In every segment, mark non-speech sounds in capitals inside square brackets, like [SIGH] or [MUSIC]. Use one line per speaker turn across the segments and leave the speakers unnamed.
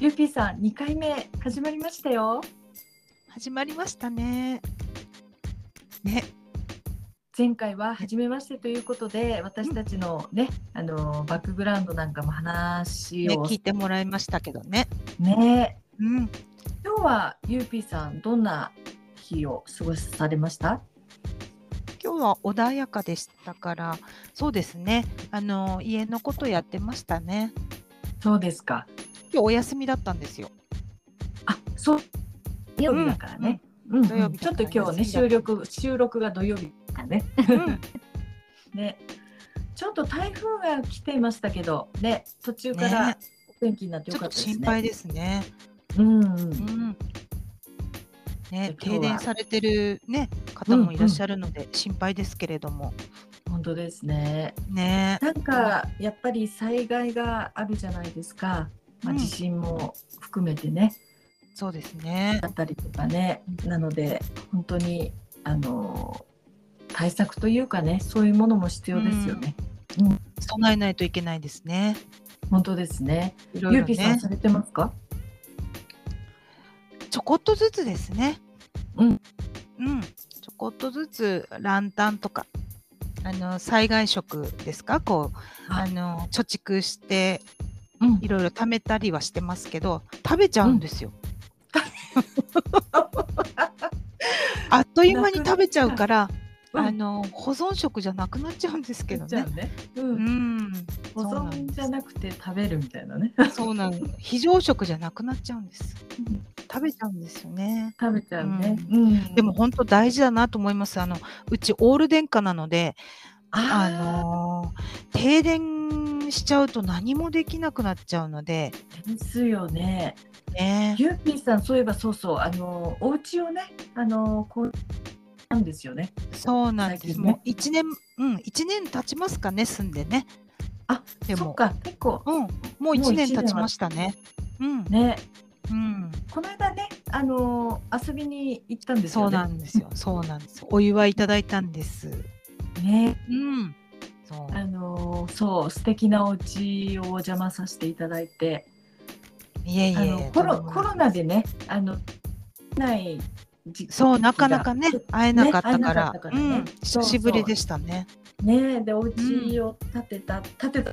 ゆぴーさん、2回目始まりましたよ。
始まりましたね。ね、
前回は初めましてということで、私たちのね、あのバックグラウンドなんかも話
ね
を
聞いてもらいましたけどね。
ね。
うん、
今日はゆぴーさん、どんな日を過ごされました？
今日は穏やかでしたから、そうですね。あの家のことやってましたね。
そうですか。
今日お休みだったんですよ。
あ、そう。土曜日だからね。うん、うん
土曜日
ちょっと今日ね、収録収録が土曜日だね。
うん、
ね。ちょっと台風が来ていましたけど、ね、途中から
ね
お天気になって
ち
よ
ょっ
かっ
と
たですね。
心配ですね。
うんうん
う。ん。ね、
今日は
停電されてるね方もいらっしゃるので心配ですけれども、
本当ですね。
ね。
なんかやっぱり災害があるじゃないですか、ま
う
あ、
ん
地震も含めてね、
そうですね。
あったりとかねなので本当にあの対策というかねそういうものも必要ですよね、
備えないといけないですね。
本当ですね
いろい
ゆ
ろ
うぴさん
ね。
されてますか
ちょこっとずつですね。
うん。
うん。ちょこっとずつランタンとか、あの災害食ですか、こう
は
あ
い
の貯蓄して
うん
いろいろ貯めたりはしてますけど、食べちゃうんですよ。 [LAUGHS] あっという間に食べちゃうから、
うん
あの保存食じゃなくなっちゃうんですけど
じゃ
ね
あ。ね、う、
うんん。
保
そうなん
存
です
じゃなくて食べるみたいなね
そうなの。非常食じゃなくなっちゃうんです。食べちゃうんですよね。
食べちゃうね、
うんでも本当大事だなと思います。あのうちオール電化なので、あ
あ
のー停電しちゃうと何もできなくなっちゃうので、
ーですよね
ね、
ゆうぴーさん、そういえばそうそう、あのお家をね、あのこうなんですよね。
そうなんで
最
す。
近ね
もう一年、うん、一年経ちますかね、住んでね。
あ、
で
そっ
も、
か、結構
うん、もう一
もう一
年
年は
経ちましたね。うん、
ね、
うん、
この間ね、あの遊びに行ったんです
そう
よ
な
ね。
んですよ。そうなんです。お祝いいただいたんです。
ね、
うん、そう。
あのそう素敵なお家をお邪魔させていただいて、
いえいえ
あの、コロコロナでね、あのない時
そう、なかなかね、会えなかったから、
ね会えなかったから
う
ね
ん、久しぶりでしたね。
ね、でお家を建てた、建てた。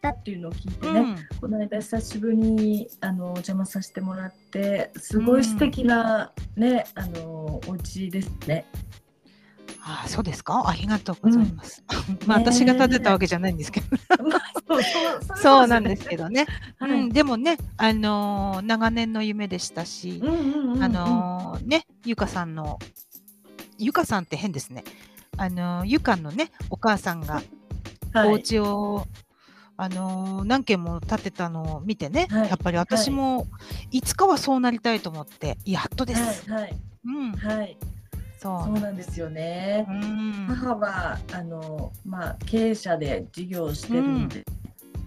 だっていうのを聞いてね、
うん
この間久しぶりにあのお邪魔させてもらってすごい素敵な、ねあのお家ですね。
ああそうですかありがとうござい
[LAUGHS]
ます。まあ
ねえ
私が建てたわけじゃないんですけど、
そうそうそ
そうなんですけ
ど。
どね。
はい
うん、でもね、あのー長年の夢でしたし
う、んうんうんうん
あのーね、ゆかさんの、ゆかさんって変ですね。あのーゆかのね、お母さんが
はい
お家を、あのー何軒も建てたのを見てね、
はい
やっぱり私もいつかはそうなりたいと思って、やっとです。
はいはい
うん、
はい
そう。
そうなんですよね
う。ん
母はあのまあ経営者で事業をしてるんで、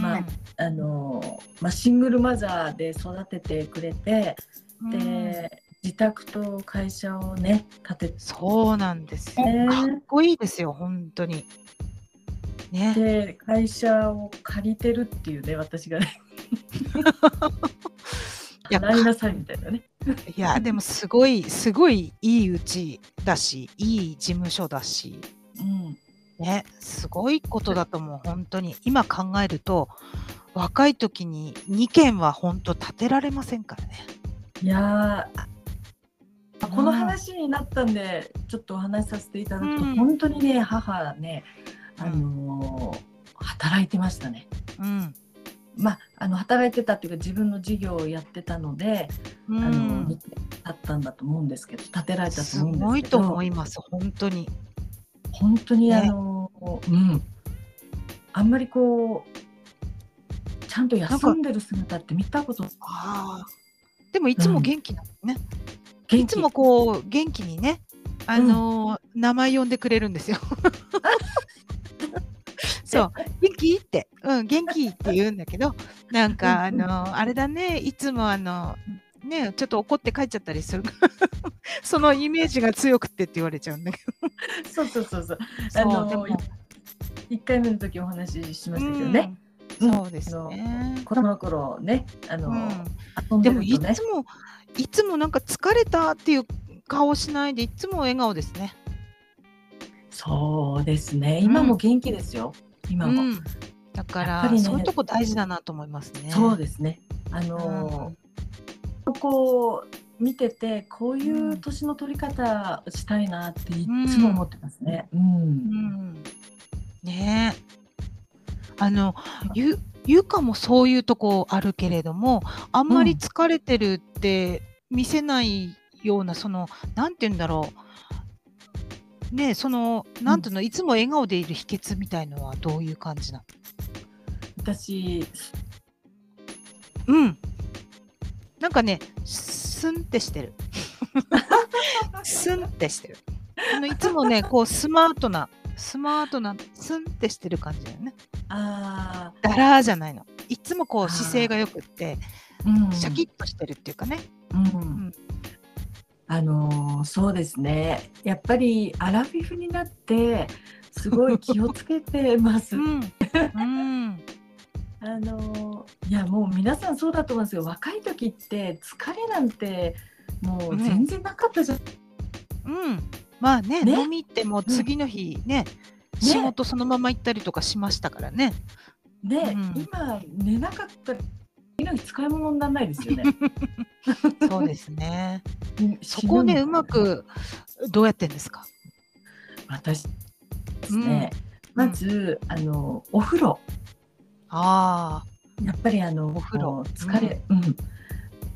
まあのまあシングルマザーで育ててくれて、
うん
で自宅と会社をね建てて
そうなんですよ。
ね
かっこいいですよ、本当に。ね。
で会社を借りてるっていうね私がね [LAUGHS]
いや、か
払いなさいみたいなね
いやでもすごい、すごいいいうちだし、いい事務所だし、
うん
ね、すごいことだと思う、本当に。今考えると、若い時に2軒は本当建てられませんからね。
いやーあ
うん
この話になったんでちょっとお話しさせていただくと、
うん
本当にね母ね
うん
あのー働いてましたね
うん。
まああの働いてたっていうか自分の事業をやってたので、
うん
あの見てあったんだと思うんですけど建てられたと
す
思うんですけど
ごいと思います、本当に。
本当に
ね
あのー、うんあんまりこうちゃんと休んでる姿って見たこと
ああ。でもいつも元気なのね。
元気
いつもこう元気にね、あのー名前呼んでくれるん
[LAUGHS]
ですよ。そう元気って、うん、元気って言うんだけど、なんか、あ
うんうん
のーあれだね、いつもあのーね、ちょっと怒って帰っちゃったりする [LAUGHS] から、そのイメージが強くてって言われちゃうんだけ
[LAUGHS] そうそうそうそう
ど、
あのー
そうでも
一回目の時お話ししましたけどね、
そうですね。
子供の頃ね、あの、
うん、で
遊ん
も
る
い
と
つ
ね
もいつもなんか疲れたっていう顔しないでいつも笑顔ですね。
そうですね。今も元気ですよ。今も、
うんだか
やっぱ
ら、
りね
そういうとこ大事だなと思いますね。
そうですね。あのー、こう見ててこういう年の取り方したいなっていつも思ってますね。うん。
うんねえあのゆゆかもそういうとこあるけれどもあんまり疲れてるって見せないような、そのなんて言うんだろうねえそのなんていうの、いつも笑顔でいる秘訣みたいのはどういう感じな
私
のうんなんかねスンってしてるスンってしてるあのいつも
[LAUGHS]
ねこうスマートなスマートなスンってしてる感じだよね
あ
だらーじゃないの。いつもこ
あ
う
ー
姿勢がよくって、
あ、うん、
シャキッとしてるっていうかね。
うんあのーそうですねやっぱりアラフィフになってすごい気をつけてます。
[LAUGHS] うん。うん。
あのーいやもう皆さんそうだと思うんですよ若い時って疲れなんてもう全然なかったじゃん、
うん。まあね、
ね
飲み行っても次の日ね、仕事そのまま行ったりとかしましたからね。
で、
うん
今寝なかったら次の日使い物にならないですよね。
そうですね。
うん
[LAUGHS] そこをね、
死ぬ
うまくどうやってんですか。
私ですね、まずあのお風呂
ああ。
やっぱりあの
お風呂
こう疲れ、うん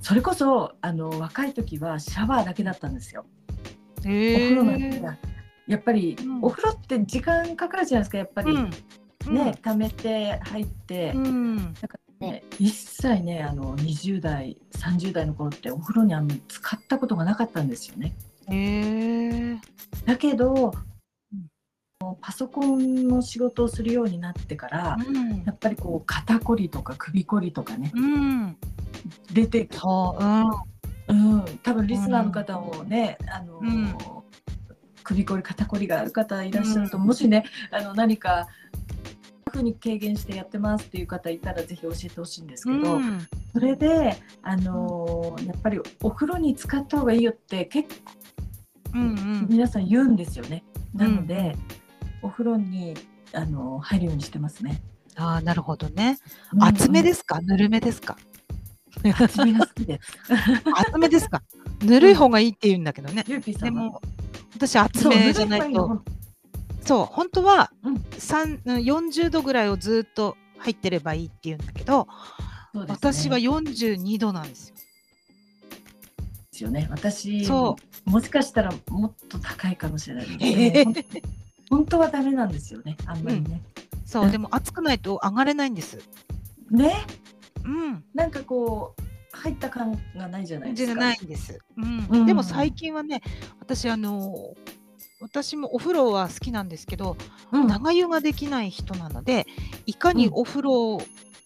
それこそあの若い時はシャワーだけだったんですよ。お風
へえ。
呂なんてやっぱり、
うん
お風呂って時間かかるじゃないですかやっぱり、ね、
うん。
溜めて入って、
うん。うん。
ね、一切ねあの20代30代の頃ってお風呂にあんまり使ったことがなかったんですよね。
へえ。
だけど
うん
もうパソコンの仕事をするようになってから、
うん
やっぱりこう肩こりとか首こりとかね
うん。
出てき
そう。うん。
うん、多分リスナーの方もね、あの、
うん
首こり肩こりがある方いらっしゃると、もしねあの何かこういうふうに軽減してやってますっていう方いたらぜひ教えてほしいんですけど、
うん
それであのやっぱりお風呂に使った方がいいよって結構
うん。
皆さん言うんですよね。なので、
う
お風呂にあの入るようにしてますね。
ああ、なるほどね。厚めですか、ぬるめですか。
うん厚めが好きです。
厚めですか。ぬるい方がいいって言うんだけどね。
ゆうぴーさ
で
んは
も、私厚
そう
めじゃない
ぬる方が
と。
の
そう、本当は
うん
三、四十度ぐらいをずっと入ってればいいって言うんだけど、
そうですね
私は四十二度なんですよ。
ですよね。私
そ
もしかしたらもっと高いかもしれない。
え
でも本当はダメなんですよね。あんまりね。
そうう、
ん
でも暑くないと上がれないんです。
ね、
うん、
なんかこう入った感がないじゃないで
じ
すか。
ゃないんです。うん、
うん
でも最近はね、私あの。私もお風呂は好きなんですけど、
うん。
長湯ができない人なのでいかに
うん
お風呂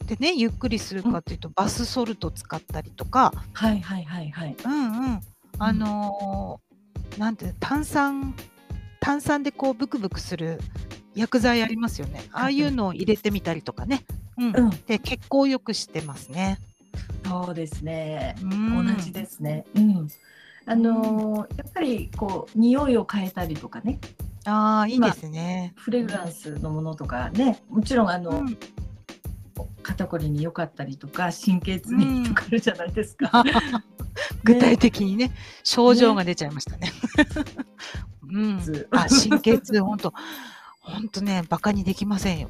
でねゆっくりするかというと、バスソルト使ったりとか、
はいはいはいはい。
うんうん、あのーなんていうの炭酸炭酸でこうブクブクする薬剤ありますよねああいうのを入れてみたりとかね、うん
うん、
で血行を良くしてますね。
そうですね。
うん
同じですね。うん。あのーやっぱりこう匂いを変えたりとかね、
ああいいですね。
フレグランスのものとかね、もちろんあの、
うん
肩こりに良かったりとか神経痛に
う
と
ん
かあるじゃないですか。 [LAUGHS]
具体的にね症状が出ちゃいましたね。うん、
痛
あ神経痛本当本当ねバカにできませんよ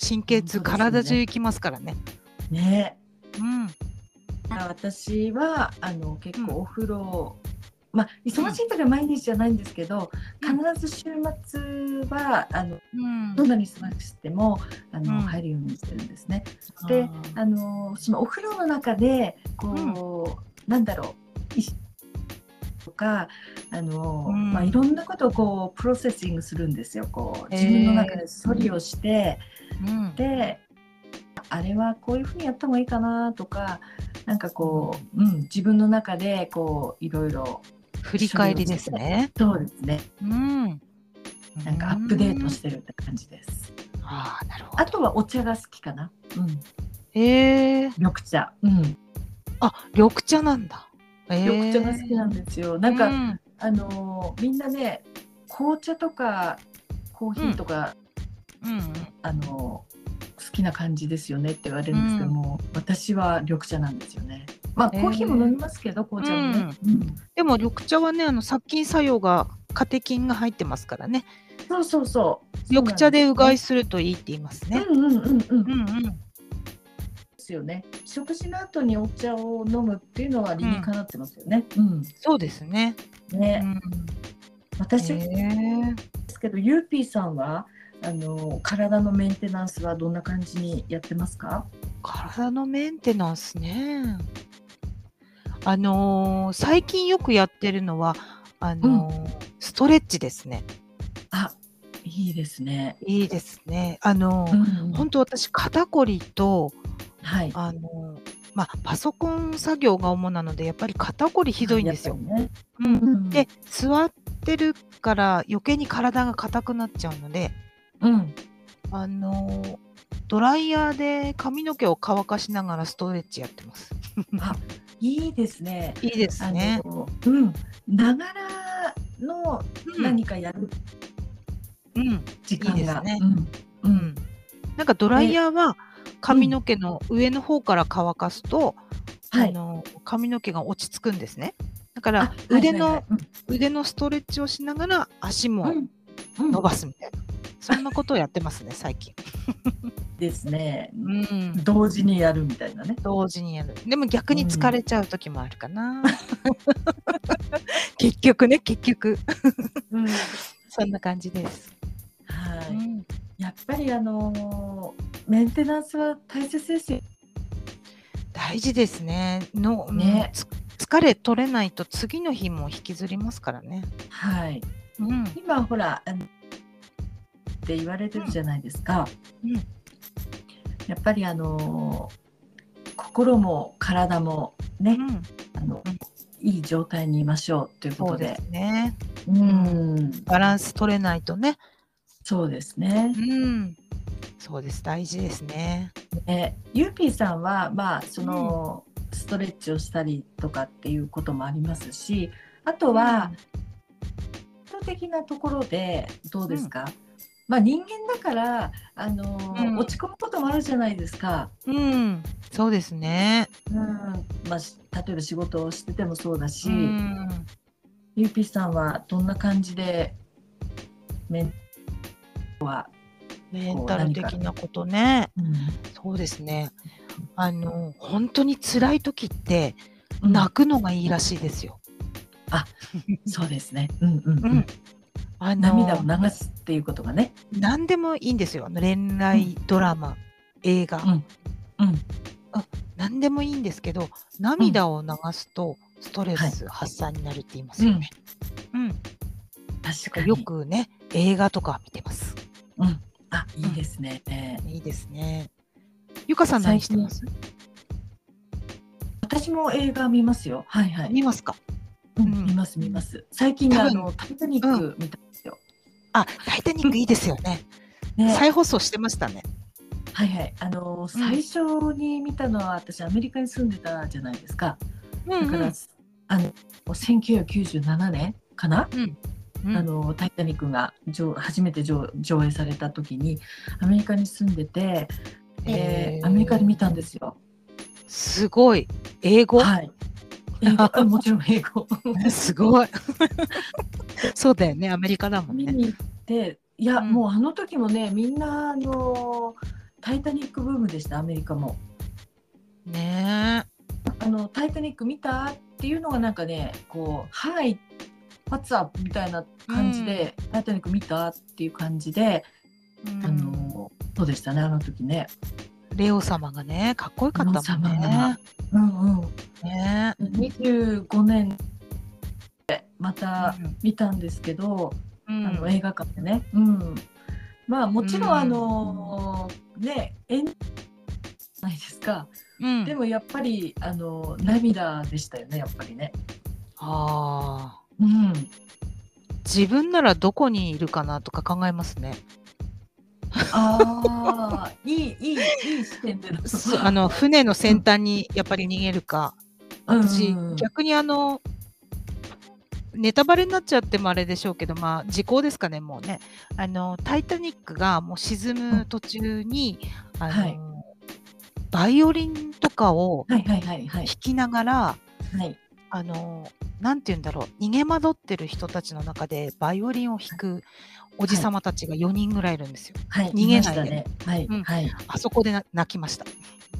神経
本当です
痛、
ね
体中いきますからね
ね。
うん
私はあの結構お風呂、まあ忙しい時は毎日じゃないんですけど、
うん
必ず週末はあの
うん
どんなに忙しくてもあの、
うん
入るようにしてるんですね。であのそのお風呂の中でこう、なんだろういとかあの、
うん
まあ、いろんなことをこうプロセッシングするんですよこう
へー
自分の中で処理をして、
うん
であれはこういうふうにやった方がいいかなとかなんかこう、うん、自分の中でこういろいろ
振り返りですね
そうですね
うん
なんかアップデートしててるって感じです。
ああなるほど
あとはお茶が好きかな。うん、
ええ
緑茶、うん、
あ、緑茶なんだ。
緑茶が好きなんですよ。な
なん
か、あのーみんなね紅茶とかコーヒーとか、
うん、うん
あのー好きな感じですよねって言われるんですけども、私は緑茶なんですよね。まあ
へー
コーヒーも飲みますけど、紅茶もね、うん
でも緑茶はね、あの殺菌作用がカテキンが入ってますからね。
そうそうそう。
緑茶でうがい
そ
するといいって言います
うな
ね。
んですよね。うんうんうんうん。
う
で
んうん。
すよね。食事の後にお茶を飲むっていうのは理にかなってますよね。うん。
そうですね。う
ね、
ん、
私は
へ
で
え
すけど、ゆうぴーさんはあのー体のメンテナンスはどんな感じにやってますか？
体のメンテナンスね。あのー最近よくやってるのはあのーストレッチですね。
あ、いいですね。
いいですね。あのー
うん
本当私肩こりと
はい。
あのーまあパソコン作業が主なのでやっぱり肩こりひどいんですよ。
やっぱりね
う、
うんん、
で座ってるから余計に体が硬くなっちゃうので
うん、
あのードライヤーで髪の毛を乾かしながらストレッチやってます。
いいですね。
いいですね。
あの、うん、ながらの何かやる
うん、うん
時間が、
いいですね
うん、うん、
なんかドライヤーは髪の毛の上の方から乾かすと、
は
あ
い。
の髪の毛が落ち着くんですね。だか
あ
ら腕の、
はいはい
腕のストレッチをしながら足
は
も
いうん、
伸
うん
ばすみたいな、そんなことをやってますね [LAUGHS] 最近。
ですね。
うん、
同時にやるみたいなね。
同時にやる。でも逆に疲れちゃう時もあるかな。 [LAUGHS] 結局ね結局
うん、は
そんな感じです。う
い。
ん
やっぱりあのーメンテナンスは大切ですよ。
大事ですね。の
ね
ねつ疲れ取れないと次の日も引きずりますからね。
はい。
うん
今ほらあのって言われてるじゃないですか。
うんうん
やっぱりあの心も体もね、
うん
あの
うん
いい状態にいましょうというこ
そ
と
うで。
です
ね。
うん、
バランス取れないとね。
そうですね
う。ん。そうです。大事ですね。
えゆうぴーさんはまあその、ストレッチをしたりとかっていうこともありますし、あとは、人的なところでどうですか、まあ人間だから、あのー
うん
落ち込むこともあるじゃないですか、
うん、うん、そうですね。
うんまあ、し例えば仕事をしててもそうだし、
うん。
ゆうぴーさんはどんな感じでメン
メンタル的なことね。
うん
そうですね。あの本当に辛い時って泣くのがいいらしいですよ。
そうですね、うんうんう
うんんあの
涙を流すっていうことがね、
何でもいいんですよ。あの恋愛ドラマ、映画、
うんうん、
何でもいいんですけど、涙を流すとストレス発散になるって言いますよね。うん。
確かに
よくね映画とか見てます。
うん、あいいですね、えー
いいですね。ゆかさん何してます？
私も映画見ますよはいはい、
見ますか？
うん
うん
見ます見ます最近ね
多
あ
分
の「タイタニック」見たんですよ、
あ、タイタニックいいですよね。
[LAUGHS] ね
再放送してましたね。
はいはい、あのー、
うん
最初に見たのは私アメリカに住んでたじゃないですか。
う
だから、あの1997年かな、あのタイタニックが上初めて上上映された時にアメリカに住んでて、
へ
え
ー
アメリカで見たんですよ。
すごい英語、
はい。英語あもちろん英語
[LAUGHS] すごい。そうだよねアメリカだもん
見
ね。
に行っていや、
うん
もうあの時もねみんなあのタイタニックブームでしたアメリカも。
ね
あの「タイタニック見た?」っていうのがなんかねこう「はい」「What's up」みたいな感じで「タイタニック見た?」っていう感じで、
え。
あのそうでしたねあの時ね。
レオ様がねかっこよかったもん
レオ様
ね。
うんうん、
ね
25年でまた見たんですけど、
うん
あの映画館でね。うんまあもちろん
うん
あのね演じないですか、
うん
でもやっぱりあの涙でしたよねやっぱりね。
あー
うん
自分ならどこにいるかなとか考えますね。
ああ、いい、いい、いい視点での。
そうあの船の先端にやっぱり逃げるか、
うん
私、
うんうん
逆にあのネタバレになっちゃってもあれでしょうけど、まあ、時効ですかね、もうね、あのタイタニックがもう沈む途中に、あの
はい
バイオリンとかを
はいはいはいはい
弾。きながら、
はい。
あのなんて言うんだろう、逃げ惑ってる人たちの中で、バイオリンを弾くおじさまたちが4人ぐらいいるんですよ。
はい。
逃げないで
ましたね。はい。
うん
はい。
あそこでな泣きました。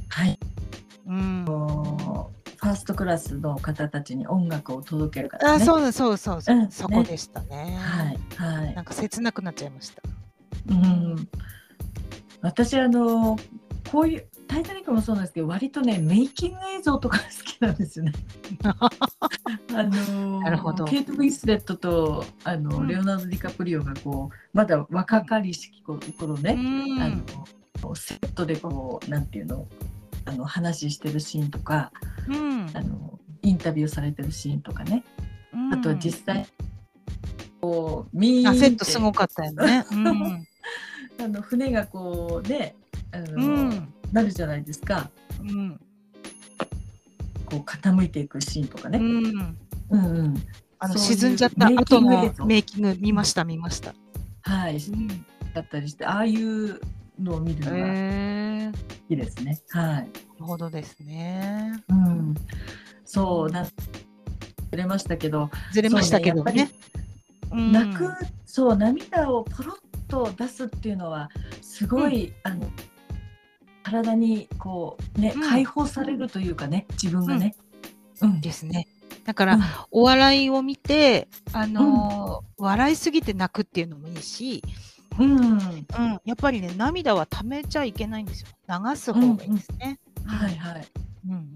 はい。
うん
もうファーストクラスの方たちに音楽を届ける方、
あ
ね。。
そううですそうですそうです、
うん
そこでしたね。
はい。はい。
なんか切なくなっちゃいました。
うん、私あのこういう「タイタニック」もそうなんですけど割とねメイキング映像とか好きなんです
[LAUGHS]
よね。あの
なるほど
ケイト・ウィスレットとあの、
うん
レオナルド・ディカプリオがこうまだ若かりしき頃
う
ね、
ん
あのセットでこうなんていうのあの話してるシーンとか
うん
あのインタビューされてるシーンとかね
うん
あとは実際こうミーン
あ
って
セットすごかったよね。うん
あの船がこうねあ
う
の、
ん
なるじゃないですか
うん
こう傾いていくシーンとか
う
ね、
ん
うんうん
あの
そういう
沈んじゃった後
メイキング映
の
像
メイキング見ました見ました。
はい、
うん
だったりしてああいうのを見るのが
へ
好
えなる
きですね。はい
ほどですね。
うん、そうなずれましたけど、
ずれましたけどね。うん
泣くそう涙をポロッと出すっていうのはすごい、あの体にこうね、
うん
解放されるというかね自分がね。うん、
ですね。だからお笑いを見てあのー笑いすぎて泣くっていうのもいいし、
うん、うん
うん、やっぱりね涙は溜めちゃいけないんですよ流す方がいいですね。
はいはい。
うんうん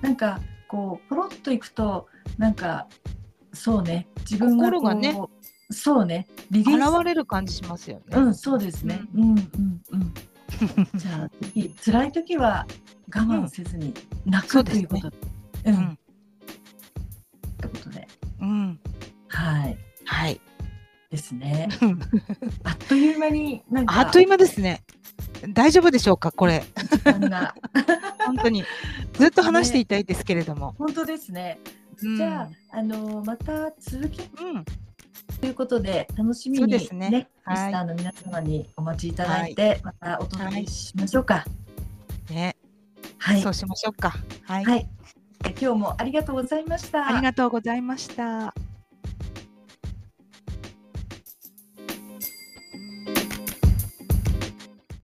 なんかこうポロッといくとなんかそうね自分がこう
心がね
そうねリリー
現
ス
れる感じしますよね。
うんそうですねうんうん
[LAUGHS]
うんじゃあ次辛い時は我慢せずに泣
そう
く
で
と
す
いうこ
ね
とう
うん
っ
ん、
てことで
うん、
はい
はい。
ですね
[LAUGHS]
あっという間になんか
あっという間ですね。大丈夫でしょうか、こ [LAUGHS] れ。
時間が
本当に。ずっと話していたいですけれども。
本当ですね
うん
じゃああのまた続き
うん、
ということで楽しみ
そう
に
ですね
ね
は
リ
い
スターの皆様にお待ちいただいてまたお届けしましょうか
ね、
はい
そうしましょうか。はい。
はい。今日もありがとうございました。
ありがとうございました。